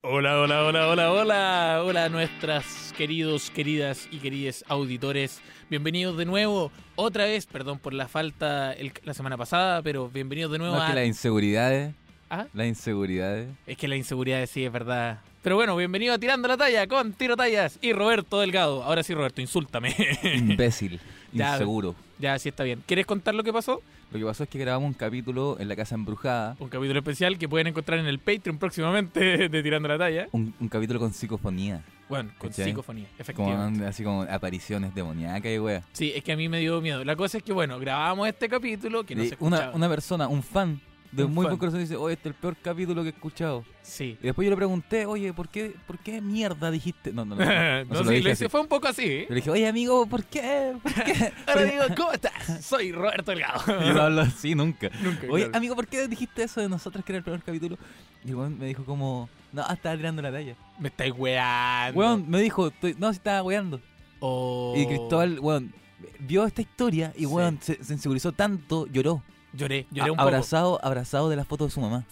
Hola, hola, hola, hola, hola, hola nuestras queridos, queridas y queridos auditores. Bienvenidos de nuevo, otra vez, perdón por la falta el- la semana pasada, pero bienvenidos de nuevo No, es a... que las inseguridades, ¿Ah? las inseguridades. Es que la inseguridad sí es verdad. Pero bueno, bienvenido a Tirando la Talla con Tiro Tallas y Roberto Delgado. Ahora sí, Roberto, insúltame. Imbécil, Ya. inseguro. ya, sí está bien. ¿Quieres contar lo que pasó? Lo que pasó es que grabamos un capítulo en la casa embrujada, Un capítulo especial que pueden encontrar en el Patreon próximamente de Tirando la Talla. un, un capítulo con psicofonía, Bueno, con ¿Cachai? psicofonía, efectivamente. con, así como apariciones demoníacas y weas. Sí, es que a mí me dio miedo. La cosa es que, bueno, grabamos este capítulo que no Y se una, escuchaba. una persona, un fan de Un muy fan. buen corazón dice, oye, este es el peor capítulo que he escuchado. Sí. Y después yo le pregunté, oye, ¿por qué, por qué mierda dijiste? No, no, no. no, no, no, se sí, lo lo dije hice- así. fue un poco así. ¿eh? Yo le dije, oye, amigo, ¿por qué? ¿Por qué? Ahora digo, ¿cómo estás? Soy Roberto Y yo no Delgado. hablo así nunca. Nunca. Oye, claro. amigo, ¿por qué dijiste eso de nosotros que era el primer capítulo? Y el weón me dijo como, no, ah, estaba tirando la talla. me estáis weando. Weón, me dijo, "Estoy- no, si estaba weando. Oh. Y Cristóbal, weón, vio esta historia Sí. y weón, se, se insegurizó tanto, lloró. Lloré, lloré A- un poco. abrazado, abrazado de las fotos de su mamá.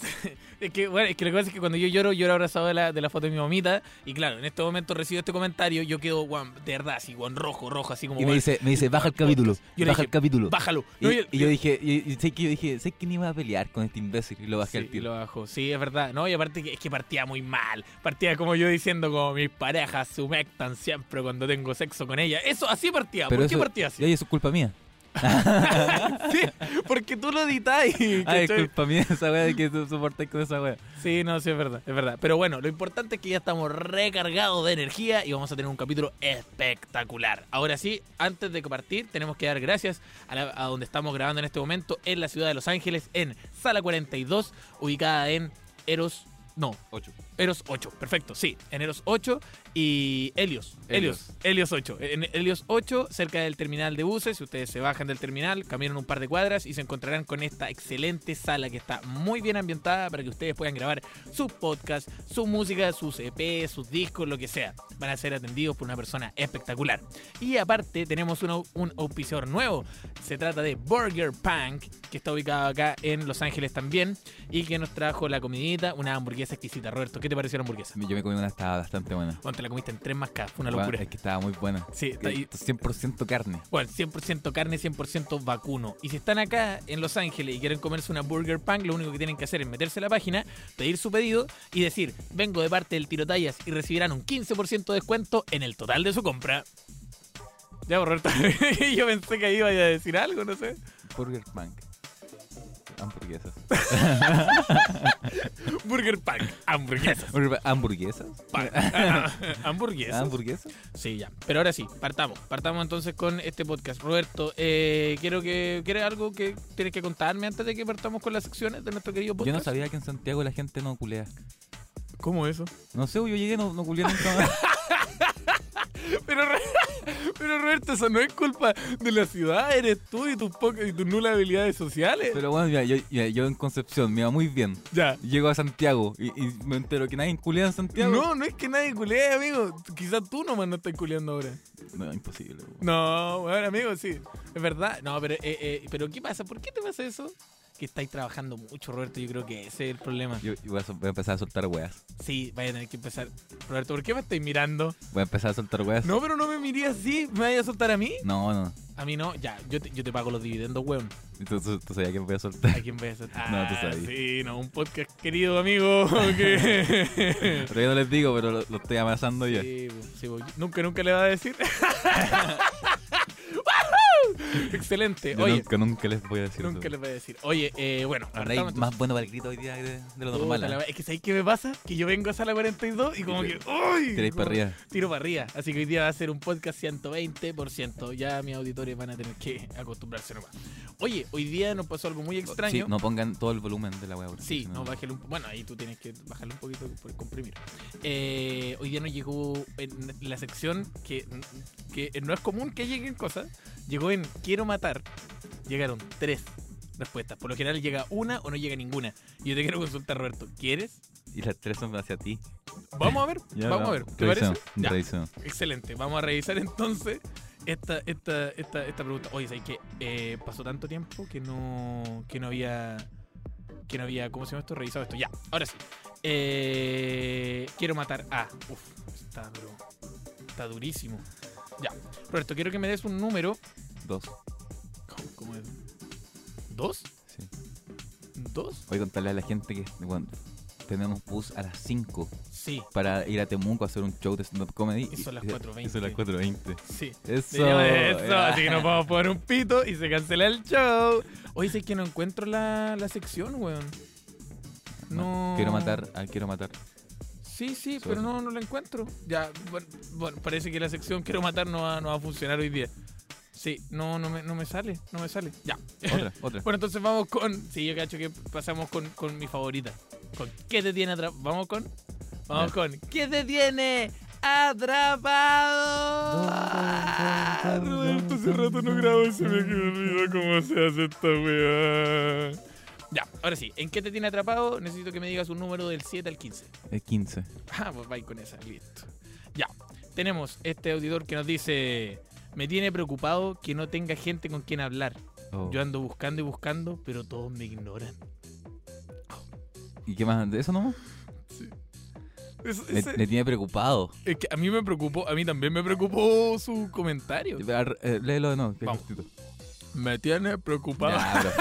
Es que, bueno, es que lo que pasa es que cuando yo lloro, lloro abrazado de la, de la foto de mi mamita. Y claro, en este momento recibo este comentario. Yo quedo, weón, de verdad, así, weón, rojo, rojo, así como. Y me weón, dice, me dice, baja el capítulo, Yo le baja dije, eh. el capítulo. Bájalo. Y, No, yo- y yo dije, y, y sé que yo dije, sé que ni iba a pelear con este imbécil y lo bajé Sí, al y tiro. lo bajó. Sí, es verdad. No, y aparte que- es que partía muy mal. Partía como yo diciendo como mis parejas se humectan siempre cuando tengo sexo con ella. Eso, así partía. Pero ¿Por qué eso- partía Y así? ahí eso es culpa mía. sí, porque tú lo editáis. Ay, Ah, es ¿cachai? culpa mía esa wea de que tú soportáis con esa wea. Ah, Sí, no, sí, es verdad, es verdad. Pero bueno, lo importante es que ya estamos recargados de energía y vamos a tener un capítulo espectacular. Ahora sí, antes de partir, tenemos que dar gracias a, la- a donde estamos grabando en este momento, en la ciudad de Los Ángeles, en Sala 42, ubicada en Eros... No, Ocho. Eros 8, perfecto, sí, en Eros 8 y Helios, Helios, Helios 8, en Helios 8, cerca del terminal de buses, si ustedes se bajan del terminal, caminan un par de cuadras y se encontrarán con esta excelente sala que está muy bien ambientada para que ustedes puedan grabar sus podcasts, su música, sus EP, sus discos, lo que sea. Van a ser atendidos por una persona espectacular. Y aparte tenemos un, au- un auspiciador nuevo, se trata de Burger Punk, que está ubicado acá en Los Ángeles también y que nos trajo la comidita, una hamburguesa exquisita. Roberto, ¿qué te pareció la hamburguesa? Yo me comí una, estaba bastante buena. Bueno, te la comiste en tres mascadas, fue una Weón, locura. Es que estaba muy buena. Sí, está ahí. 100% carne. Bueno, 100% carne, 100% vacuno. Y si están acá en Los Ángeles y quieren comerse una Burger Punk, lo único que tienen que hacer es meterse a la página, pedir su pedido y decir, vengo de parte del Tirotallas y recibirán un 15% de descuento en el total de su compra. Ya, Roberto, yo pensé que ahí iba a decir algo, no sé. Burger Punk. Hamburguesas. Burger Punk, hamburguesas. Burger Punk. ¿Hamburguesas? Punk. hamburguesas. ¿Hamburguesas? Sí, ya. Pero ahora sí, partamos. Partamos entonces con este podcast. Roberto, eh, quiero que ¿quieres algo que tienes que contarme antes de que partamos con las secciones de nuestro querido podcast? Yo no sabía que en Santiago la gente no culea. ¿Cómo eso? No sé, yo llegué no, no culeé nunca más. Pero, Ro- pero Roberto, eso no es culpa de la ciudad, eres tú y tus pocas y tus nulas habilidades sociales. Pero bueno, mira, yo, mira, yo en Concepción me va muy bien. ya. Llego a Santiago y, y me entero que nadie culea en Santiago. No, no es que nadie culee, amigo. Quizás tú nomás no estás culeando ahora. No, imposible. weón. No, bueno, amigo, sí. Es verdad. No, pero, eh, eh, pero ¿qué pasa? ¿Por qué te pasa eso? Que estáis trabajando mucho, Roberto. Yo creo que ese es el problema. Yo, yo voy, a, sol- voy a empezar a soltar weas. Sí, vaya a tener que empezar. Roberto, ¿por qué me estáis mirando? Voy a empezar a soltar weas. No, pero no me miré así. ¿Me vaya a soltar a mí? no. no. A mí no. Ya, yo te, yo te pago los dividendos, weón. ¿Y ¿Tú, tú- tú sabías que me voy a ¿A soltar? quién voy a soltar? No, tú Ah, sabes. Sí, no, un podcast querido, amigo. que- Pero yo no les digo, pero lo, lo estoy amasando yo. sí, bo, sí, bo. Nunca, nunca le va a decir. Excelente. Yo Oye, nunca, nunca les voy a decir nunca eso. le va a decir. Oye, eh, bueno, Ahora hay partamos entonces. más bueno para el grito hoy día de, de lo normal. Puta la ¿eh? wea, Es que ¿sabéis qué me pasa? Que yo vengo a sala 42 y como te- que. ¡Uy! Tiráis Como- para arriba. Tiro para arriba. Así que hoy día va a ser un podcast 120%. Ya mis auditores van a tener que acostumbrarse nomás. Oye, hoy día nos pasó algo muy extraño. Sí, no pongan todo el volumen de la wea. porque Sí, si no, bájale un po- Bueno, ahí tú tienes que bajarle un poquito por comprimir. Eh, hoy día nos llegó en la sección que, que no es común que lleguen cosas. Llegó en Quiero matar. Llegaron tres respuestas. Por lo general llega una o no llega ninguna. Y yo te quiero consultar, Roberto. ¿Quieres? Y las tres son hacia ti. Vamos a ver. vamos a ver. ¿Te parece? Ya. Revisemos. Excelente, vamos a revisar entonces esta, esta, esta, esta pregunta. Oye, ¿sabes qué? Eh, pasó tanto tiempo que no, que no había. Que no había. ¿Cómo se llama esto? Revisado esto. Ya, ahora sí. Eh, quiero matar a. Uf, está duro. Está durísimo. Ya. Roberto, quiero que me des un número. Dos. ¿Cómo- cómo es? ¿Dos? Sí. ¿Dos? Voy a contarle a la gente que bueno, tenemos bus a las 5 Sí, para ir a Temuco a hacer un show de stand-up comedy. Y son las Y- 4:20. y son las 4.20. sí. Eso. Diríamos eso, era. así que nos vamos a poner un pito y se cancela el show. Oye, sé que no encuentro la, la sección, weón. No. Quiero matar, ah, quiero matar. Sí, sí, Sobre- pero no, no la encuentro. Ya, bueno, bueno, parece que la sección Quiero matar no va, no va a funcionar hoy día. Sí, no, no me, no me sale, no me sale. Ya. Otra, otra. Bueno, entonces vamos con. Sí, yo cacho que pasamos con, con mi favorita. Con ¿Qué te tiene atrapado? Vamos con. Vamos Ya. con. ¿Qué te tiene atrapado? Ah, Roberto, hace rato no grabo y se me olvidó cómo se hace esta weá. Ya, ahora sí. ¿En qué te tiene atrapado? Necesito que me digas un número del 7 al 15. Es 15. Ah, pues vais con esa, listo. Ya, tenemos este auditor que nos dice, me tiene preocupado que no tenga gente con quien hablar. Oh. Yo ando buscando y buscando, pero todos me ignoran. ¿Y qué más? ¿De eso nomás? Me, me tiene preocupado. es que a mí me preocupó, a mí también me preocupó su comentario. Ar- eh, léelo de nuevo. que es Vamos. cortito. Me tiene preocupado. Ya, bro.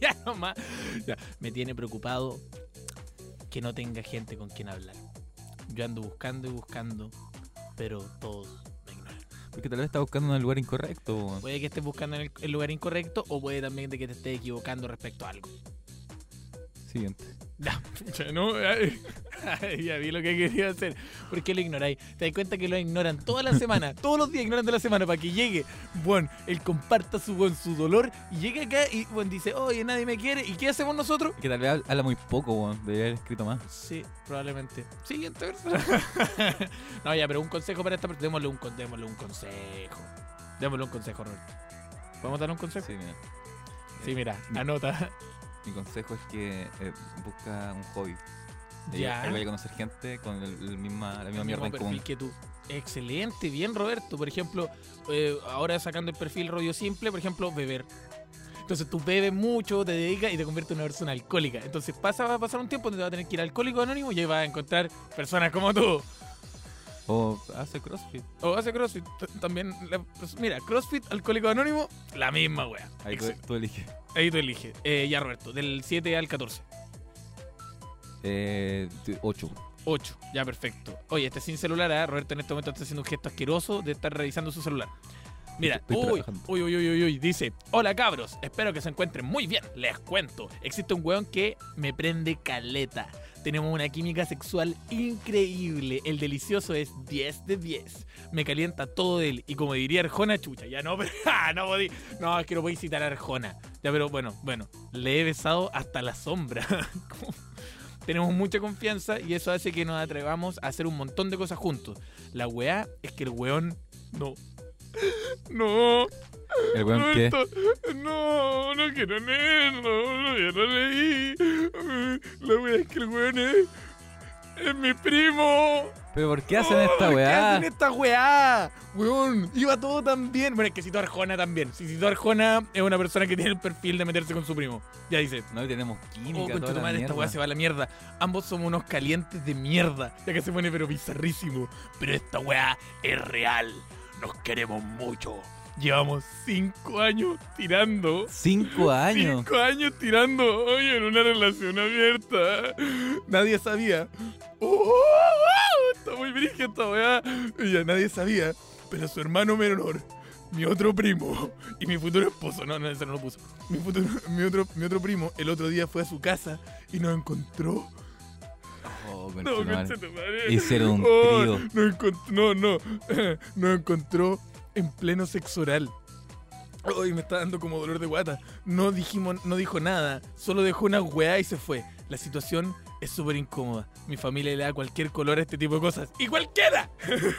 Ya nomás. Ya, Me tiene preocupado que no tenga gente con quien hablar. Yo ando buscando y buscando, pero todos me ignoran. Porque tal vez está buscando en el lugar incorrecto. weón. Puede que estés buscando en el, el lugar incorrecto o puede también de que te estés equivocando respecto a algo. Siguiente. Ya, ya no, ay, ay, ya vi lo que quería hacer. ¿Por qué lo ignoráis? Te das cuenta que lo ignoran toda la semana, todos los días ignoran de la semana para que llegue. Bueno, él comparta su, bueno, su dolor y llega acá y bueno, dice, oye, nadie me quiere. ¿Y qué hacemos nosotros? Que tal vez habla- habla muy poco, weón. Debería haber escrito más. Sí, probablemente. Siguiente persona. no, ya, pero un consejo para esta persona. Démosle un, con- démosle un consejo. Démosle un consejo, Roberto. ¿Podemos darle un consejo? Sí, mira. Sí, mira, anota. Mi consejo es que eh, busca un hobby. Eh, Ya. ahí vaya a conocer gente con el, el misma, la misma el mismo mierda en perfil común. que tú. Excelente, bien Roberto. Por ejemplo, eh, ahora sacando el perfil rollo simple, por ejemplo, beber. Entonces tú bebes mucho, te dedicas y te conviertes en una persona alcohólica. Entonces pasa, va a pasar un tiempo donde te va a tener que ir a alcohólico anónimo y ahí vas a encontrar personas como tú. O hace crossfit. O hace CrossFit t- también. la- pues, mira, CrossFit, alcohólico anónimo, la misma wea. Ahí tú, Excel- tú eliges. ahí tú eliges. Eh, ya Roberto, del 7 al 14. Eh, 8. 8, ya perfecto. Oye, este sin celular, ¿ah? Roberto en este momento está haciendo un gesto asqueroso de estar revisando su celular. Mira, Estoy uy, trabajando. uy, uy, uy, uy, uy, dice, hola cabros, espero que se encuentren muy bien, les cuento, existe un weón que me prende caleta, tenemos una química sexual increíble, el delicioso es 10 de 10, me calienta todo él, y como diría Arjona, chucha, ya no, pero, ah, no podí, no, es que no voy a citar a Arjona, ya, pero bueno, bueno, le he besado hasta la sombra, ¿Cómo? tenemos mucha confianza y eso hace que nos atrevamos a hacer un montón de cosas juntos, la weá es que el weón no... No, El weón que. Roberto, No, no quiero leerlo, no quiero leí. Mm, La wea es que el weón es, es mi primo. ¿Pero por qué hacen Oh, esta ¿por ¿Qué weá? hacen esta weá? Weón, iba todo tan bien. Bueno, es que Cito Arjona también. Si Cito Arjona es una persona que tiene el perfil de meterse con su primo. Ya dice. No, y tenemos Oh, química. concha toda tu la madre, esta mierda. weá se va a la mierda. Ambos somos unos calientes de mierda. Ya que se pone pero bizarrísimo. Pero esta weá es real. Nos queremos mucho. Llevamos cinco años tirando. Cinco años. Cinco años tirando hoy en una relación abierta. Nadie sabía. ¡Oh! oh, oh! Está muy virgen esta weá. Y ya nadie sabía. Pero su hermano menor, mi otro primo y mi futuro esposo. No, no, eso no lo puso. Mi, futuro, mi, otro, mi otro primo el otro día fue a su casa y nos encontró. Oh, No, conchetumare. conchetumare. Hicieron un Oh, trío. nos encont- no, no. Nos encontró en pleno sexo oral. Ay, me está dando como dolor de guata. No, dijimos, no dijo nada. Solo dejó una weá y se fue. La situación es súper incómoda. Mi familia le da cualquier color a este tipo de cosas. ¡Y cualquiera!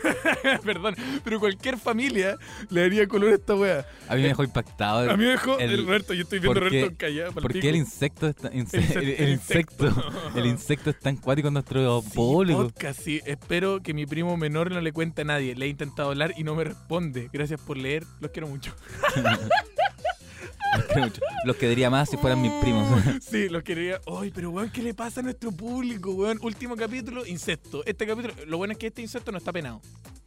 Perdón, pero cualquier familia le daría color a esta weá. A mí me dejó impactado. el- A mí me dejó el, el- Roberto. Yo estoy viendo a ¿por qué- Roberto callado. pa'l ¿Por pico. qué el insecto es tan, inse- El insecto- el, el el insecto, insecto. el insecto es tan cuático en nuestro Sí, público? podcast, sí. Espero que mi primo menor no le cuente a nadie. Le he intentado hablar y no me responde. Gracias por leer. Los quiero mucho. Los quiero mucho. Los quedaría más si fueran mis primos. Sí, los quería. Ay, pero weón, ¿qué le pasa a nuestro público, weón? Último capítulo, insecto. Este capítulo, lo bueno es que este insecto no está penado.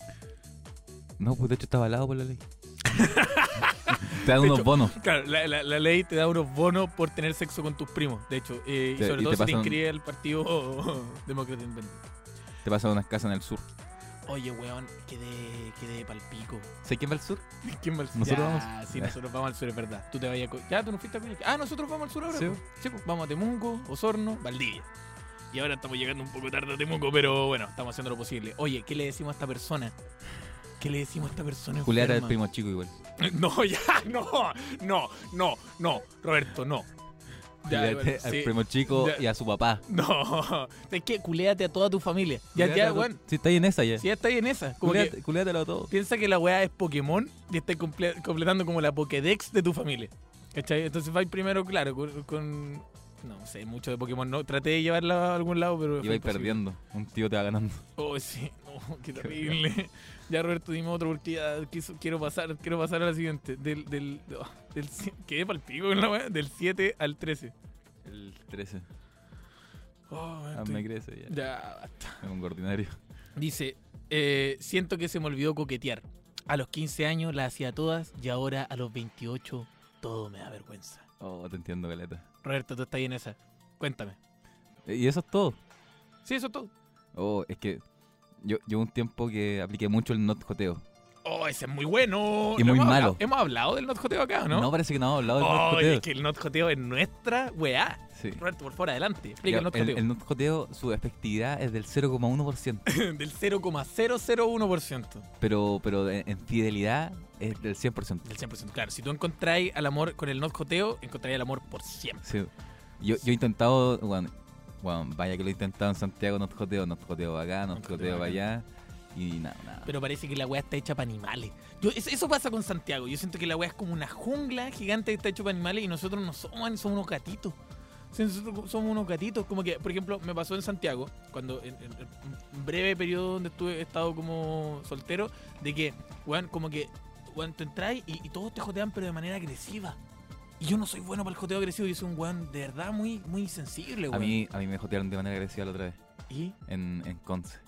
No, pues de hecho está avalado por la ley. Te De dan unos hecho, bonos. Claro, la, la- la ley te da unos bonos por tener sexo con tus primos, de hecho. eh, y Te- sobre y todo te si te pasan- inscribes al partido Demócrata Independiente. Te pasan unas casas en el sur. Oye, weón, quedé, quedé palpico. ¿Sé quién va al sur? ¿Quién va al sur? Nosotros Ya, vamos. Sí, Ya. nosotros vamos al sur, es verdad. Tú te vayas a... Co- Ya, tú no fuiste a Coyhaique. Ah, nosotros vamos al sur ahora. Sí. pues. Sí, pues, vamos a Temuco, Osorno, Valdivia. Y ahora estamos llegando un poco tarde a Temuco, pero bueno, estamos haciendo lo posible. Oye, ¿qué le decimos a esta persona? ¿Qué le decimos a esta persona Julián era el enferma? primo chico igual. No, ya, no, no, no, no, Roberto, no. Ya, Julián bueno, era el sí. primo chico Ya. y a su papá. No, es que culéate a toda tu familia. Ya, Julián ya, era- weón, Sí, está ahí en esa ya. si ya estáis en esa. Como que Culiate- Culiátelo a todo. piensa que la weá es Pokémon y estáis comple- completando como la Pokédex de tu familia. ¿Cachai? Entonces vais primero, claro, con, con- No sé mucho de Pokémon, no. Traté de llevarla a algún lado, pero. Y fue vais imposible. perdiendo. Un tío te va ganando. Oh, sí, no, qué terrible. Ya, Roberto, dime otro porque ya quiso- quiero pasar, quiero pasar a la siguiente. Del, del, oh, del, si- quedé palpico con la weá, del 7 al 13. El 13. Oh, weón, Ah, estoy- me crece ya. Ya, basta. Es un ordinario. Dice, eh, siento que se me olvidó coquetear. A los 15 años la hacía todas y ahora a los 28 todo me da vergüenza. Oh, te entiendo, Galeta. Roberto, tú estás ahí en esa. Cuéntame. Eh, Y eso es todo. Sí, eso es todo. Oh, es que yo llevo un tiempo que apliqué mucho el not joteo. Oh, ese es muy bueno. Y Lo muy hemos hablado- malo. hemos hablado del not joteo acá, ¿o Ah, ¿no? parece que no hemos hablado del Oh, not joteo. es que el not joteo es nuestra weá. Sí. Roberto, por favor, adelante. Explica Ya, el not el, joteo. el not joteo, su efectividad es del 0,1%, Del 0,001%. pero, pero en en fidelidad es del 100%. Del 100%. Claro, si tú encontráis al amor con el not joteo, encontráis el amor por siempre. Sí. Yo, yo he intentado, bueno, bueno, vaya que lo he intentado en Santiago, not joteo, not joteo para acá, not Not joteo joteo para acá. allá, y nada, nada. Pero parece que la weá está hecha para animales. Yo, es- eso pasa con Santiago. Yo siento que la weá es como una jungla gigante que está hecha para animales y nosotros no somos, somos unos gatitos. O sea, Nosotros somos unos gatitos. Como que, por ejemplo, me pasó en Santiago, cuando en, en- en un breve periodo donde estuve, he estado como soltero, de que, weón, como que, weón, tú entras y, y todos te jotean, pero de manera agresiva. Y yo no soy bueno para el joteo agresivo, yo soy un weón de verdad muy, muy sensible, a, weón. mí, a mí me jotearon de manera agresiva la otra vez, ¿Y? en, en Conce,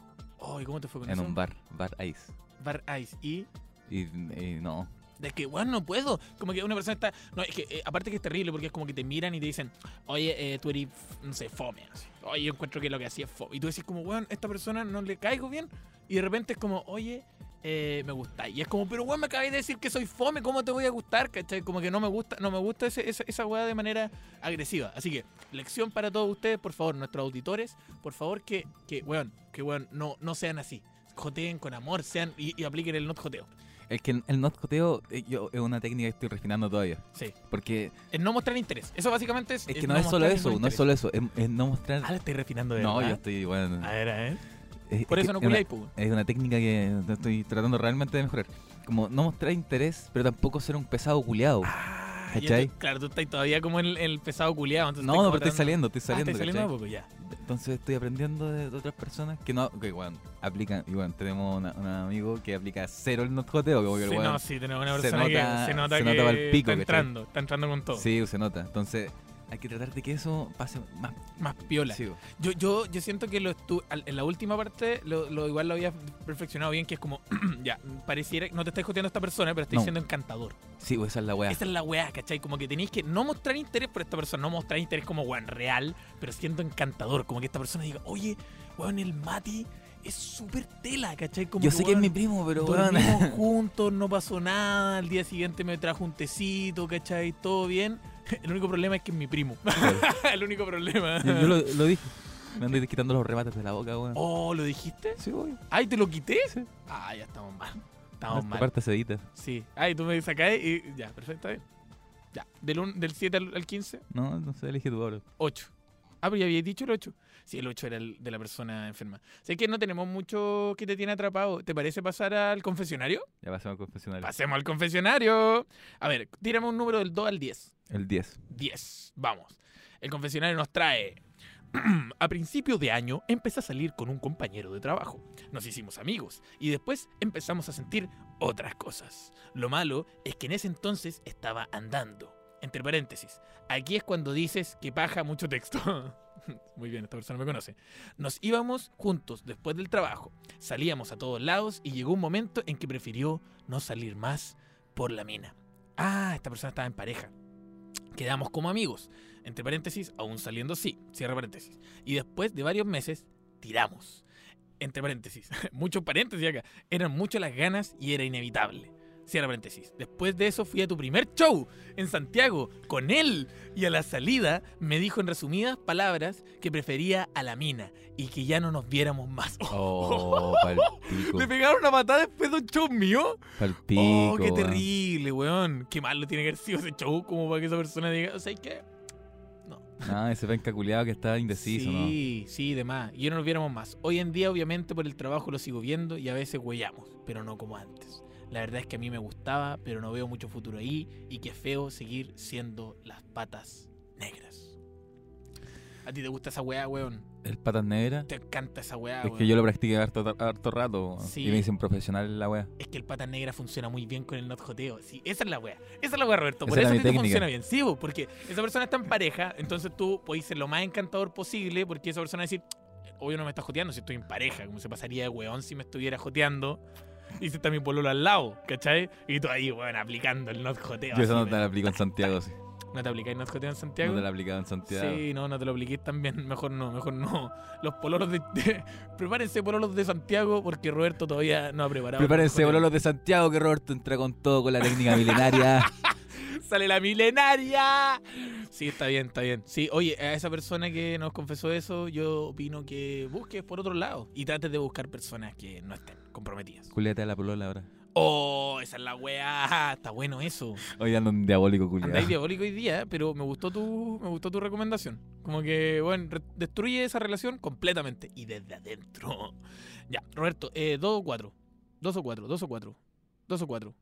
Oh, ¿y cómo te fue con en eso? un bar, bar Ice. Bar Ice. ¿Y? Y, y no, De que, weón, no puedo. Como que una persona está. No, es que, eh, aparte que es terrible porque es como que te miran y te dicen, oye, eh, tú eres, f- no sé, fome. así. Oye, yo encuentro que lo que hacía es fome. Y tú decís, como, weón, esta persona no le caigo bien. Y de repente es como, oye, eh, me gusta. Y es como, pero weón, me acabáis de decir que soy fome, ¿cómo te voy a gustar? ¿Cachai? Como que no me gusta, no me gusta ese- esa, esa weá de manera agresiva. Así que, lección para todos ustedes, por favor, nuestros auditores, por favor, que, que weón, que weón, no, no sean así. Joteen con amor, sean y, y apliquen el not joteo. es que el, el not joteo eh, yo, es una técnica que estoy refinando todavía, Sí. porque Es no mostrar interés. Eso básicamente es. es que no, es solo mostrar eso, ningún no es interés. solo eso, es, es no mostrar... Ah, la estoy refinando de No, yo verdad. estoy, bueno... A ver, a ver. es- Por eso no es que es una- culiáis, po. Es una técnica que estoy tratando realmente de mejorar. Como no mostrar interés, pero tampoco ser un pesado culiado. Ah, ¿Cachai? yo estoy- claro, tú estás todavía como en el, en el pesado culiado. entonces no, no, pero como estoy tratando- saliendo, estoy Ah, saliendo. estáis saliendo ¿cachai? de a poco, ya. Entonces estoy aprendiendo de de otras personas que no. Que bueno, aplican. Y bueno, tenemos una- un amigo que aplica cero el not joteo. Como que el Sí, weón- no, sí, tenemos una se persona nota- que se nota se que nota pa'l está pico, ¿cachai? entrando, está entrando con todo. sí, se nota. Entonces hay que tratar de que eso pase más. Más piola. Sí, bo. Yo, yo, yo siento que lo estu- al- en la última parte lo, lo igual lo había perfeccionado bien, que es como, ya, pareciera, no te estás joteando a esta persona, pero estoy No. siendo encantador. Sí, bo, esa es la weá. Esa es la weá, ¿cachai? Como que tenéis que no mostrar interés por esta persona, no mostrar interés como weón real, pero siendo encantador. Como que esta persona diga, oye, weón, el Mati es súper tela, ¿cachai? Como Yo sé que es weón, mi primo, pero weón. dormimos juntos, no pasó nada, al día siguiente me trajo un tecito, ¿cachai? Todo bien. El único problema es que es mi primo. el único problema. Yo, yo lo, lo dije. Me ando quitando los remates de la boca, weón. Oh, ¿lo dijiste? Sí, voy. Ay, ¿te lo quité? Sí. Ah, ya estamos mal. Estamos Esta mal. parte se edita. Sí. Ay, tú me sacás y ya, perfecto, está bien. Ya, del, un- del 7 al, al 15. No, no sé, elige tu ahora. 8. Ah, pero ya había dicho el 8. Sí, el 8 era el de la persona enferma. Sé que no tenemos mucho que te tiene atrapado. ¿Te parece pasar al confesionario? Ya pasamos al confesionario. Pasemos al confesionario. A ver, tírame un número del 2 al 10. El 10. 10. Vamos. El confesionario nos trae. A principio de año empecé a salir con un compañero de trabajo. Nos hicimos amigos y después empezamos a sentir otras cosas. Lo malo es que en ese entonces estaba andando. Entre paréntesis, aquí es cuando dices que paja mucho texto. Muy bien, esta persona me conoce. Nos íbamos juntos después del trabajo, salíamos a todos lados y llegó un momento en que prefirió no salir más por la mina. Ah, esta persona estaba en pareja. Quedamos como amigos, entre paréntesis, aún saliendo sí, cierra paréntesis. Y después de varios meses, tiramos. Entre paréntesis, muchos paréntesis acá. Eran muchas las ganas y era inevitable. Cierra paréntesis. Después de eso fui a tu primer show en Santiago con él y a la salida me dijo en resumidas palabras que prefería a la mina y que ya no nos viéramos más. Oh, palpico. ¿Le pegaron una patada después de un show mío? Palpico. oh, qué weón. terrible, weón. Qué malo tiene que haber sido ese show como para que esa persona diga, ¿sabes qué? Ah, ese penca culiado que está indeciso, sí, sí, demás. Y no nos viéramos más. Hoy en día, obviamente, por el trabajo lo sigo viendo y a veces huellamos, pero no como antes. La verdad es que a mí me gustaba, pero no veo mucho futuro ahí y que es feo seguir siendo las patas negras. ¿A ti te gusta esa weá, weón? ¿no? El patas negras. ¿Te encanta esa weá, Es weón? que yo lo practiqué harto, harto rato. weón. Sí. Y me dicen profesional la wea. Es que el pata negra funciona muy bien con el not joteo. Sí, esa es la wea. Esa es la wea, Roberto. Esa Por era eso a mi ti te técnica. funciona bien. Sí, bo, porque esa persona está en pareja, entonces tú podés ser lo más encantador posible, porque esa persona va a decir, obvio no me está joteando si estoy en pareja, como se pasaría de weón si me estuviera joteando. Y si está mi pololo al lado, ¿cachai? Y tú ahí, weón, aplicando el not joteo. Yo eso no así, te la pero- aplico en Santiago, sí. ¿No te aplicáis not joteo en Santiago? No te la he aplicado en Santiago. Sí, no, no te lo apliquéis también. Mejor no, mejor no. Los pololos de. de- prepárense, pololos de Santiago, porque Roberto todavía no ha preparado. el Prepárense, joteo. bololos de Santiago, que Roberto entra con todo, con la técnica milenaria. Sale la milenaria. Sí, está bien, está bien. Sí, oye, a esa persona que nos confesó eso, yo opino que busques por otro lado y trates de buscar personas que no estén comprometidas. Culiate a la polola ahora. Oh, esa es la weá. Está bueno eso. Hoy ando un diabólico Andáis culiado. diabólico hoy día, ¿eh? pero me gustó tu, me gustó tu recomendación. Como que, bueno, re- destruye esa relación completamente y desde adentro. Ya, Roberto, eh, dos o cuatro. Dos o cuatro, dos o cuatro. Dos o cuatro.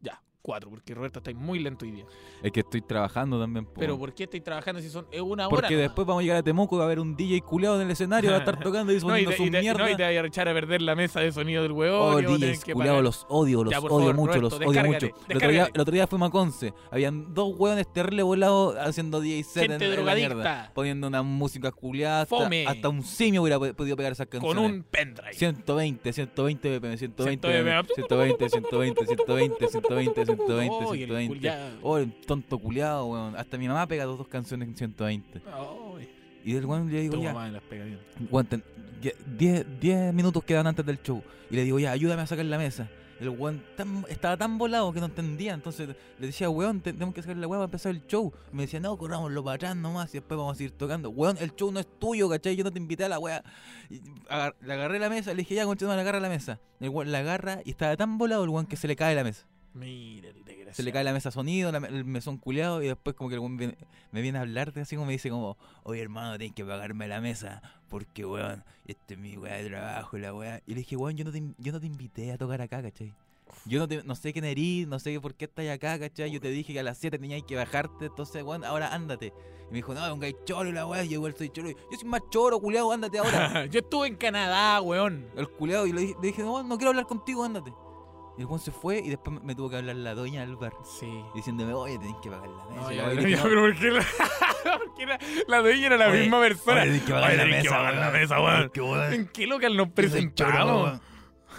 Ya, cuatro, porque Roberto está muy lento hoy día. Es que estoy trabajando también. po. Pero ¿por qué estáis trabajando si son es una hora? Porque nomás? después vamos a llegar a Temuco y va a haber un DJ culiado en el escenario, va a estar tocando y no, y poniendo te, su y te- mierda. no, y te vaya a echar a perder la mesa de sonido del huevón. Oh, y vos tenés DJs, que culiao, pagar. los odio, los Ya, por odio favor, mucho, Roberto, los odio mucho. descárgate, El otro, día, descárgate. el otro día fuimos a Conce, habían dos hueones terrible volados haciendo DJ set en, Gente en la mierda. drogadicta Poniendo una música culiada, hasta, Fome. hasta un simio hubiera pod- podido pegar esas canciones. con un pendrive. 120, 120 BPM, 120 BPM. 120, 120, 120, 120, 120, Oh, y el 120. culiao. Oh, el tonto culiado, weón. Hasta mi mamá pega dos, dos canciones en 120. Oh, Y el weón le digo, tu ya, mamá me las pega bien. Aguanten, 10 minutos quedan antes del show. Y le digo, ya, ayúdame a sacar la mesa. El weón tan- estaba tan volado que no entendía. Entonces le decía, weón, te- tenemos que sacar la weá para empezar el show. Y me decía, no, corrámoslo para atrás nomás y después vamos a ir tocando. Weón, el show no es tuyo, ¿cachai? Yo no te invité a la weá. Y agar- Le agarré la mesa, le dije, ya, conchito, agarra la mesa. El weón la agarra y estaba tan volado el weón que se le cae la mesa. Mira el desgraciado. Se le cae la mesa sonido, la- el mesón culeado y después como que el weón viene- me viene a hablarte así como me dice como, oye hermano, tenés que pagarme la mesa porque weón, este es mi weá de trabajo y la weá. Y le dije, weón, yo no te, in- yo no te invité a tocar acá, ¿cachai? Yo no, te- no sé quién eres, no sé por qué estás acá, ¿cachai? Yo te dije que a las 7 tenías que bajarte, entonces, weón, ahora ándate. Y me dijo, no, es un gay choro y la weá, yo igual soy choro. Yo soy más choro, culeado, ándate ahora. Yo estuve en Canadá, weón. El culeado, y le dije, le dije, no, no quiero hablar contigo, ándate. Y el weón se fue y después me- me tuvo que hablar la doña del bar Sí. diciéndome, oye, tenés que pagar la mesa. No, Y ya, yo le pero, dije, ya, "No, pero ¿por qué la, por qué la, la dueña era la Oye, misma persona? oye, tenés que pagar Oye, la tenés que mesa, pagar la weón. mesa, weón. porque, weón, ¿En qué local nos yo soy choro, presentamos?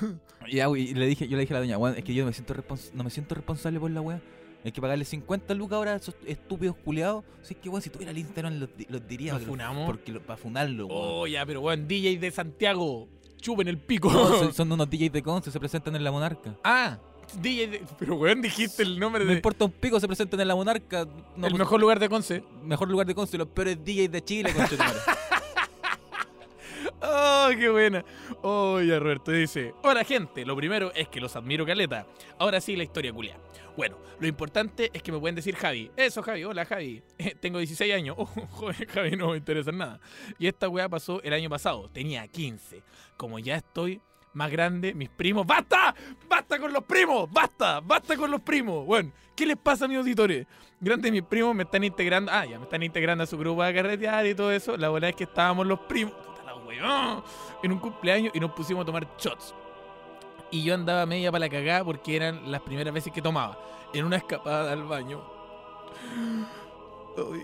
weón". Y ya, güey, y le dije, yo le dije a la doña, weón, es que yo no me siento, respons- no me siento responsable por la weá. Hay que pagarle 50 lucas ahora a esos estúpidos culeados. O sea, es que, weón, si tuviera el Instagram los, di- los diría. ¿Nos porque- funamos? Porque lo, para funarlo, weón. Oh, ya, pero weón, DJ de Santiago. Chupen el pico. No, son, son unos DJs de Conce, se presentan en La Monarca. Ah, DJ de- Pero weón, dijiste el nombre No de... importa un pico, se presentan en La Monarca. No, el pues, mejor lugar de Conce. mejor lugar de Conce, los peores DJs de Chile, conchetumare. ¡Oh, qué buena! Oh, ya Roberto dice: Hola, gente. Lo primero es que los admiro, caleta. Ahora sí, la historia culia. Bueno, lo importante es que me pueden decir Javi. Eso, Javi. Hola, Javi. Eh, tengo 16 años. Oh, joven, Javi, no me interesa en nada. Y esta weá pasó el año pasado. Tenía 15. Como ya estoy más grande, mis primos. ¡Basta! ¡Basta con los primos! ¡Basta! ¡Basta con los primos! Bueno, ¿qué les pasa a mis auditores? Grandes mis primos me están integrando. Ah, ya me están integrando a su grupo de carretear y todo eso. La verdad es que estábamos los primos. Puta la weón. En un cumpleaños y nos pusimos a tomar shots. Y yo andaba media para la cagada porque eran las primeras veces que tomaba. En una escapada al baño. Ay,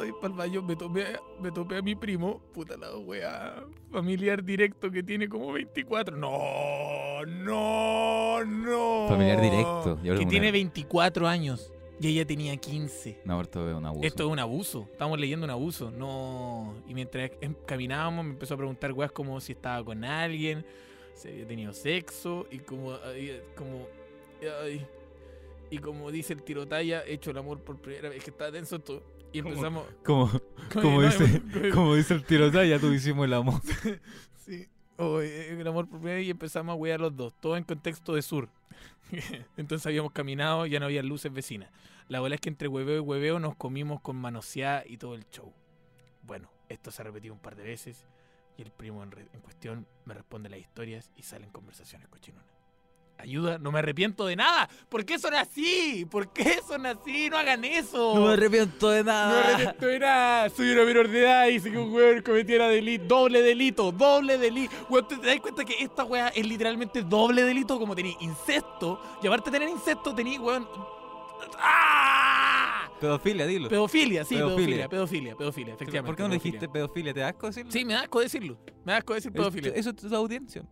ay, pa'l baño, me topé, me topé a mi primo, puta la wea, familiar directo que tiene como 24. No, no, no. Familiar directo, yo creo Que una- tiene 24 años y ella tenía 15. No, esto es un abuso. Esto es un abuso, estamos leyendo un abuso, no... Y mientras em- caminábamos me empezó a preguntar weas como si estaba con alguien, si había tenido sexo y como... ay, eh, como ay, y como dice el tirotalla, he hecho el amor por primera vez, que está denso todo. Y ¿Cómo? empezamos... Como, como No, dice, como- como dice el tirotalla, tú hicimos el amor. Sí. O, eh, el amor por primera vez y empezamos a huear los dos, todo en contexto de sur. Entonces habíamos caminado, ya no había luces vecinas. La verdad es que entre hueveo y hueveo nos comimos con manoseada y todo el show. Bueno, esto se ha repetido un par de veces y el primo en, re- en cuestión me responde las historias y salen conversaciones cochinonas. Ayuda, no me arrepiento de nada. ¿Por qué son así? ¿Por qué son así? No hagan eso. No me arrepiento de No me nada. arrepiento de nada. Soy una menor de edad y hice que un weón cometiera delito. Doble delito, doble delito. Weón, ¿te te das cuenta que esta weá es literalmente doble delito? Como tenés incesto. Y aparte de tener incesto, tenés, weón. ¡Ah! Pedofilia, dilo. Pedofilia, sí, pedofilia, Pedofilia. pedofilia, pedofilia, efectivamente. ¿Por qué no le pedofilia. dijiste Este pedofilia? ¿Te da asco decirlo? Sí, me da asco decirlo. Me da asco decir pedofilia. Eso es tu audiencia.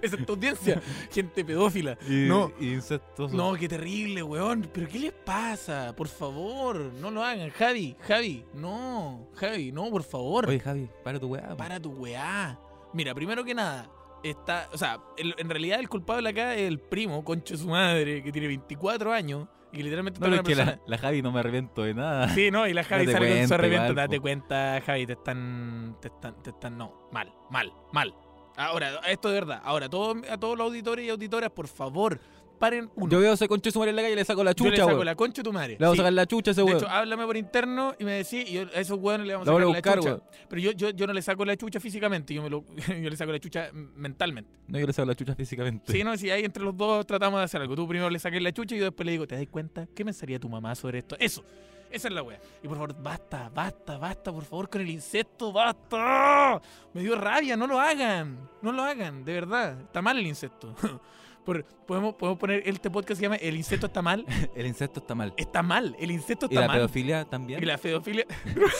Esa es tu audiencia. Gente pedófila. Y, No. y incestuoso. No, qué terrible, weón. ¿Pero qué les pasa? Por favor, no lo hagan. Javi, Javi, no. Javi, no, por favor. Oye, Javi, para tu weá. po. Para tu weá. Mira, primero que nada, está. O sea, el- en realidad el culpable acá es el primo, concho de su madre, que tiene 24 años y que literalmente No, toca pero a es una que la, persona. la Javi no me arrepiento de nada. Sí, no, y la Javi Date sale con su cuenta arrepiento. igual, po. Date cuenta, Javi, te están, te están, te están, no, mal, mal, mal. Ahora, esto de verdad. Ahora, todo, a todos los auditores y auditoras, por favor, paren uno. Yo veo a ese conche su madre en la calle y le saco la Yo chucha, le saco weón. la concha de tu madre. Le voy Sí. a sacar la chucha a ese de weón. hecho, háblame por interno y me decís, y yo a esos weones le vamos La a voy sacar a la buscar, chucha. weón. Pero yo, yo, yo no le saco la chucha físicamente, yo, me lo- yo le saco la chucha mentalmente. No, yo le saco la chucha físicamente. Sí, no, si ahí entre los dos tratamos de hacer algo. Tú primero le saques la chucha y yo después le digo, ¿te das cuenta? ¿Qué pensaría tu mamá sobre esto? Eso, esa es la wea. Y por favor, basta, basta, basta, por favor, con el incesto, basta. Me dio rabia, no lo hagan, no lo hagan, de verdad. Está mal el incesto. Por- podemos, podemos poner este podcast que se llama El incesto está mal. El incesto está mal. Está mal, el incesto Y está la mal. pedofilia también. Y la pedofilia.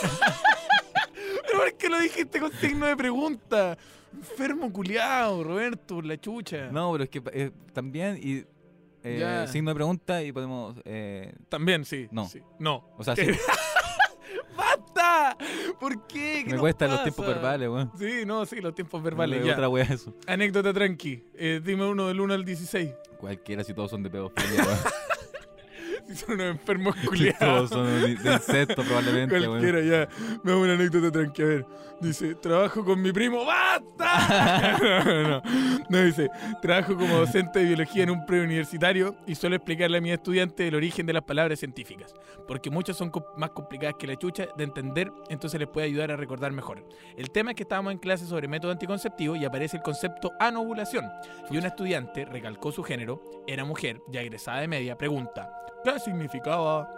Pero ¿por qué lo dijiste con signo de pregunta? Enfermo culiao, Roberto, por la chucha. No, pero es que eh, también y eh, Ya. signo de pregunta y podemos eh, También, sí. No. sí. No. o sea, ¿Qué? sí, ¡Basta! ¿Por qué? ¿Qué me nos cuestan los pasa? tiempos verbales, weón. Sí, no, sí, los tiempos No verbales. veo ya. Otra weá eso. Anécdota tranqui. Eh, dime uno del 1 al 16. Cualquiera si todos son de pedofilia, weón. Si son unos enfermos Si todos culiados. son de de incesto probablemente, weón. Cualquiera, ya. Me hago una anécdota tranqui. A ver, dice, trabajo con mi primo. ¡Basta! no, no, no, dice, trabajo como docente de biología en un preuniversitario y suelo explicarle a mis estudiantes el origen de las palabras científicas, porque muchas son co- más complicadas que la chucha de entender, entonces les puede ayudar a recordar mejor. El tema es que estábamos en clase sobre método anticonceptivo y aparece el concepto anovulación. Y una estudiante recalcó su género, era mujer, ya egresada de media, pregunta, ¿qué significaba?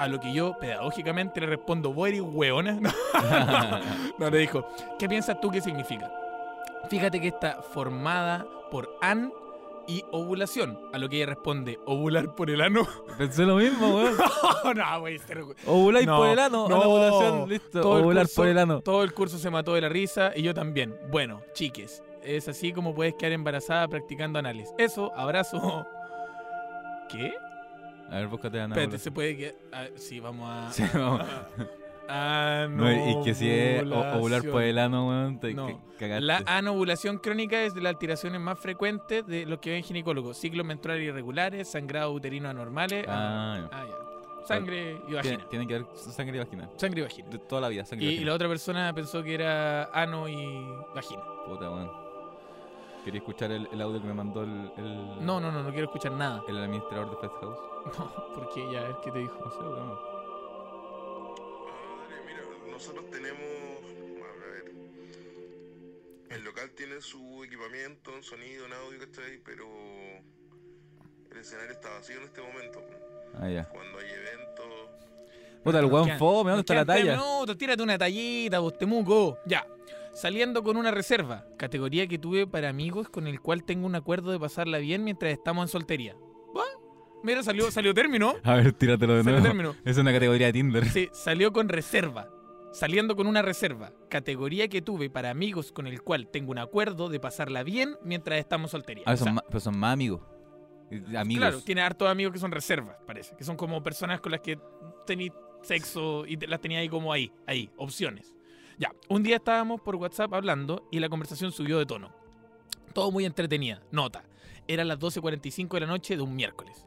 A lo que yo pedagógicamente le respondo, ¿vos eres hueona? No, no, le dijo, ¿qué piensas tú que significa? Fíjate que está formada por an y ovulación. A lo que ella responde, ¿ovular por el ano? Pensé lo mismo, weón. no, güey, este no- Ovuláis No, por el ano, no. no, ovulación, listo. Todo el Ovular curso- por el ano. Todo el curso se mató de la risa y yo también. Bueno, chiques, es así como puedes quedar embarazada practicando anales. Eso, abrazo. ¿Qué? A ver, búscate la Espérate, anábola. se puede que. ah, sí, vamos a. Sí, vamos. Ah, No, y que si es o- ovular por el ano, weón, te No. que- cagaste. La anovulación crónica es de las alteraciones más frecuentes de lo que ven ginecólogos. Ciclos menstruales irregulares, sangrado uterino anormales. Ah, ah, ya. Sangre y tiene, vagina. tiene que haber sangre y vagina. Sangre y vagina. De toda la vida, sangre Y, y, y vagina. la otra persona pensó que era ano y vagina. Puta, weón. Quería escuchar el, el audio que me mandó el, el, No, no, no, no quiero escuchar nada. el administrador de Fast House. No, porque ya, a ver qué te dijo. No sé, weón. Padre, mira, nosotros tenemos. A ver. El local tiene su equipamiento en sonido, en audio, ¿cachai? Pero. El escenario está vacío en este momento. Ah, ya. Cuando hay eventos. Puta, el Nos weón quedan- fome, ¿dónde nos está la quedan tres talla? minutos, tírate una tallita, vos Temuco. Ya. Saliendo con una reserva, categoría que tuve para amigos con el cual tengo un acuerdo de pasarla bien mientras estamos en soltería. ¿Va? mira, salió, salió término. A ver, tíratelo de Salió nuevo. término. Es una categoría de Tinder. Sí, salió con reserva. Saliendo con una reserva. Categoría que tuve para amigos con el cual tengo un acuerdo de pasarla bien mientras estamos soltería. Ah, O sea, son más, pero son más amigos. Eh, Amigos. Claro, tiene hartos amigos que son reservas, parece. Que son como personas con las que tení sexo y te- las tenía ahí como ahí, ahí, opciones. Ya, un día estábamos por WhatsApp hablando y la conversación subió de tono. Todo muy entretenida. Nota, eran las 12.45 de la noche de un miércoles.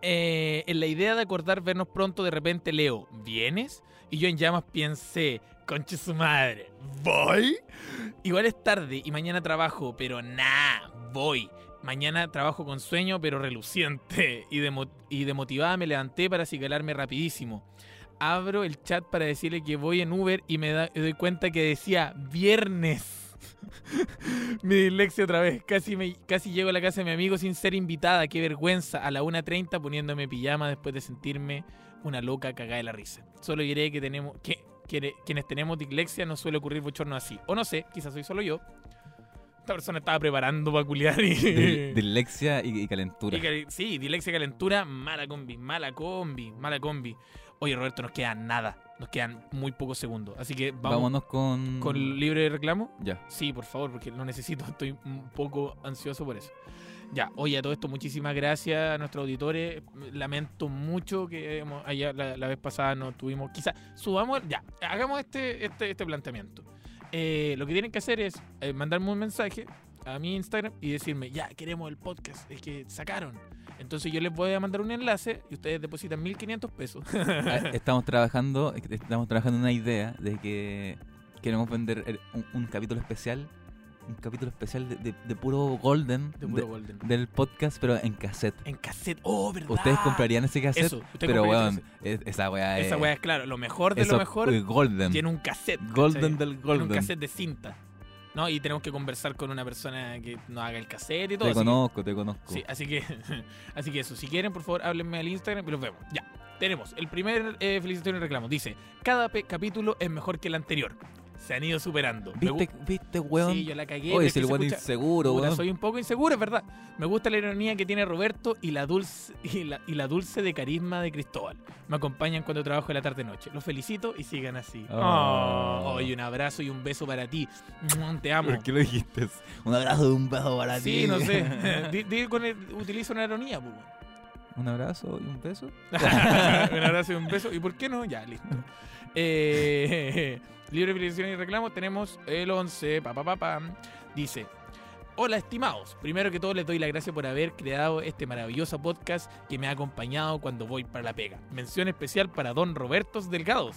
Eh, en la idea de acordar vernos pronto, de repente leo, ¿vienes? Y yo en llamas pensé, conche su madre, ¿voy? Igual es tarde y mañana trabajo, pero nah, voy. Mañana trabajo con sueño, pero reluciente. Y, demo- y demotivada me levanté para acicalarme rapidísimo. Abro el chat para decirle que voy en Uber y me da- y doy cuenta que decía viernes. mi dislexia otra vez. Casi, me, casi llego a la casa de mi amigo sin ser invitada. Qué vergüenza. A la 1.30 poniéndome pijama después de sentirme una loca cagada de la risa. Solo diré que tenemos que, que- quienes tenemos dislexia no suele ocurrir bochorno así. O no sé, quizás soy solo yo. Esta persona estaba preparando para culiar y... Dil- Dislexia y, y calentura. Y cal- sí, dilexia y calentura, mala combi, mala combi, mala combi. Oye, Roberto, nos queda nada. Nos quedan muy pocos segundos. Así que vamos Vámonos con. con libre reclamo. Ya. Sí, por favor, porque lo necesito. Estoy un poco ansioso por eso. Ya, oye, a todo esto, muchísimas gracias a nuestros auditores. Lamento mucho que hemos- allá la, la vez pasada no tuvimos. Quizás subamos. Ya, hagamos este, este, este planteamiento. Eh, lo que tienen que hacer es eh, mandarme un mensaje a mi Instagram y decirme, ya, queremos el podcast, es que sacaron. Entonces yo les voy a mandar un enlace y ustedes depositan 1500 pesos. Ah, Estamos trabajando, estamos trabajando en una idea de que queremos vender el- un, un capítulo especial. Un capítulo especial de, de- de puro Golden. De puro de- Golden. del podcast, pero en cassette. En cassette. Oh, ¿verdad? Ustedes comprarían ese cassette. Eso, ustedes pero comprarían weón, es- esa weá es. Esa weá es claro, lo mejor de Eh, eso lo mejor es Golden. tiene un cassette. ¿cachai? golden Tiene del un Golden. cassette de cinta. ¿No? Y tenemos que conversar con una persona que nos haga el cassette y todo. Te así que- conozco, te conozco. Sí, así que, así que eso. Si quieren, por favor, háblenme al Instagram y los vemos. Ya. Tenemos el primer eh, felicitación y reclamo. Dice: Cada pe- capítulo es mejor que el anterior. Se han ido superando. Me ¿Viste, ¿Viste, gu- weón? Sí, yo la cagué. pero Oye, es si que el se weón escucha- inseguro, Puta, weón. soy un poco inseguro, es verdad. Me gusta la ironía que tiene Roberto y la dulce y la, y la dulce de carisma de Cristóbal. Me acompañan cuando trabajo en la tarde noche. Los felicito y sigan así. Oh. Oh, y un abrazo y un beso para ti. Mua, Te amo. ¿Por qué lo dijiste? Un abrazo de un beso para ti. Sí, no sé. Di- di con el- utiliza una ironía, pues. un abrazo y un beso. un abrazo y un beso. ¿Y por qué no? Ya, listo. Eh, libre de peticiones y reclamos, tenemos el 11. Pa, pa, pa, pam. Dice. Hola estimados, primero que todo les doy la gracia por haber creado este maravilloso podcast que me ha acompañado cuando voy para la pega. Mención especial para Don Robertos Delgados,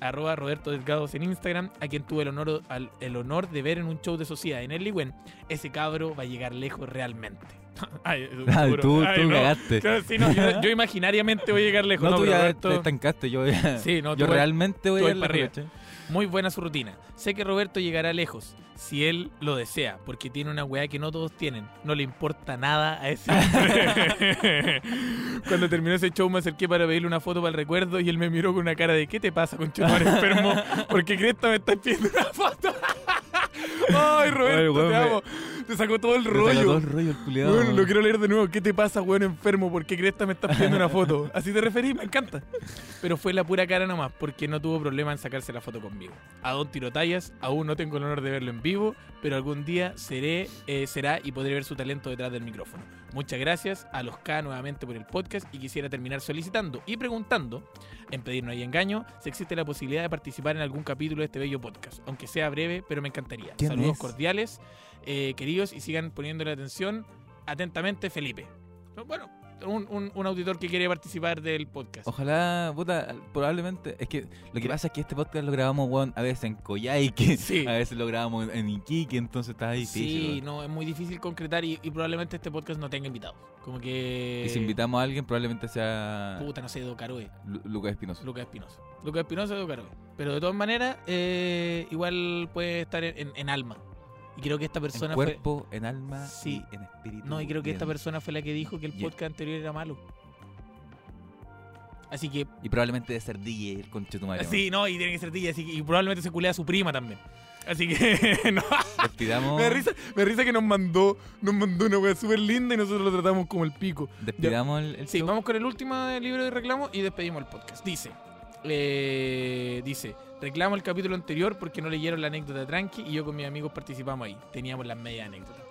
arroba Roberto Delgados en Instagram, a quien tuve el honor, al- el honor de ver en un show de sociedad en el Ligüen. Ese cabro va a llegar lejos realmente. Ay, Ay, seguro. tú, Ay, tú no. cagaste. Claro, sí, no, yo, yo imaginariamente voy a llegar lejos. No, No, tú pero ya Roberto- te estancaste. Yo, Sí, no, yo tú- realmente voy tú a vas ir para lejos, Muy buena su rutina. Sé que Roberto llegará lejos, si él lo desea, porque tiene una weá que no todos tienen. No le importa nada a ese hombre. Cuando terminó ese show me acerqué para pedirle una foto para el recuerdo y él me miró con una cara de ¿qué te pasa con enfermo? Porque Cresta me está pidiendo una foto. Ay, Ay, Roberto, weón, te me- amo. Te sacó todo el ¿cachai? Te sacó rollo. todo el rollo, el culiado. Bueno, lo quiero leer de nuevo. ¿Qué te pasa, weón enfermo? ¿Por qué Cresta me estás pidiendo una foto? Así te referís, me encanta. Pero fue la pura cara nomás, porque no tuvo problema en sacarse la foto conmigo. A Don Tirotallas aún no tengo el honor de verlo en vivo, pero algún día seré, eh, será y podré ver su talento detrás del micrófono. Muchas gracias a los K nuevamente por el podcast y quisiera terminar solicitando y preguntando, en pedir no hay engaño, si existe la posibilidad de participar en algún capítulo de este bello podcast, aunque sea breve, pero me encantaría. ¿Quién Saludos es? cordiales, eh, queridos, y sigan poniéndole atención. Atentamente, Felipe. Bueno, un, un- un auditor que quiere participar del podcast. Ojalá, puta, probablemente. Es que lo que pasa es que este podcast lo grabamos, weón, a veces en Coyhaique, Sí. a veces lo grabamos en, en Iquique, entonces está difícil. Sí, weón. no, es muy difícil concretar y, y probablemente este podcast no tenga invitados. Como que. Y si invitamos a alguien, probablemente sea Puta, no sé, Edo Caroe, Lu- Lucas Espinosa. Lucas Espinosa. Lucas Espinosa, Edo Caroe. Pero de todas maneras, eh, igual puede estar en, en- en alma. Y creo que esta persona En fue. cuerpo, en alma Sí. y en espíritu. No, y creo que en- esta persona fue la que dijo que el y- podcast anterior era malo. Así que. Y probablemente debe ser DJ, el conche de tu madre. Sí, no, y tiene que ser tía, así que- y probablemente se culea a su prima también. Así que no. Les pidamos, Me da risa, me da risa que nos mandó, nos mandó una wea súper linda y nosotros lo tratamos como el pico. despidamos el, el Sí, show. vamos con el último eh, libro de reclamo y despedimos el podcast. Dice, eh, dice, reclamo el capítulo anterior porque no leyeron la anécdota tranqui y yo con mis amigos participamos ahí. Teníamos las medias anécdotas.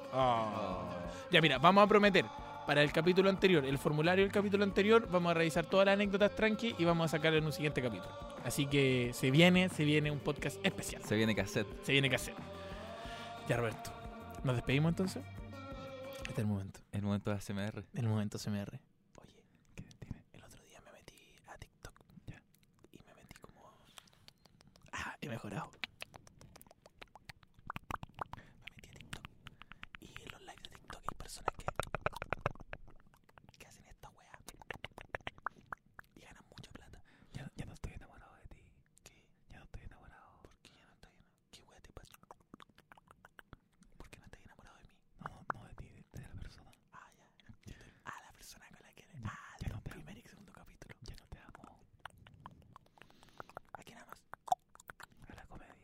Ya mira, vamos a prometer para el capítulo anterior, el formulario del capítulo anterior, vamos a revisar todas las anécdotas tranqui y vamos a sacarlo en un siguiente capítulo. Así que se viene, se viene un podcast especial. Se viene cassette. Se viene que hacer. Ya Roberto, ¿nos despedimos entonces? Este el momento. El momento de ASMR. El momento CMR. Oye, ¿qué tiene? El otro día me metí a TikTok. Ya. Y me metí como. Ah, he mejorado. Me metí a TikTok. Y en los lives de TikTok hay personas que. que hacen esta weá. Y ganan mucha plata. Ya, ya no estoy enamorado de ti. ¿Qué? Ya no estoy enamorado. ¿Por qué ya no estoy enamorado? ¿Qué weá te pasa? ¿Por qué no estás enamorado de mí? No, no de ti, de, la persona. Ah, ya. Ah, la persona con la que eres. Ah, ya no te primer y segundo capítulo. Ya no te amo. ¿A quién amas? A la comedia.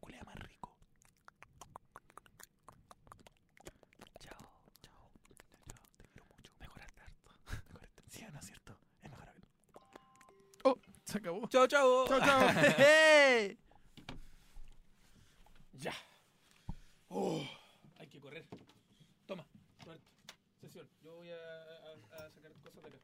Culea más rico. Chao. Chao. Chao. Te quiero mucho. Mejoraste harto. Mejoraste. Sí, o no es cierto. Es mejorable. Oh, se acabó. Chao, chao. Chao, chao. ya. Oh, hay que correr. Toma, Roberto. Sesión. Yo voy a, a- a sacar cosas de acá.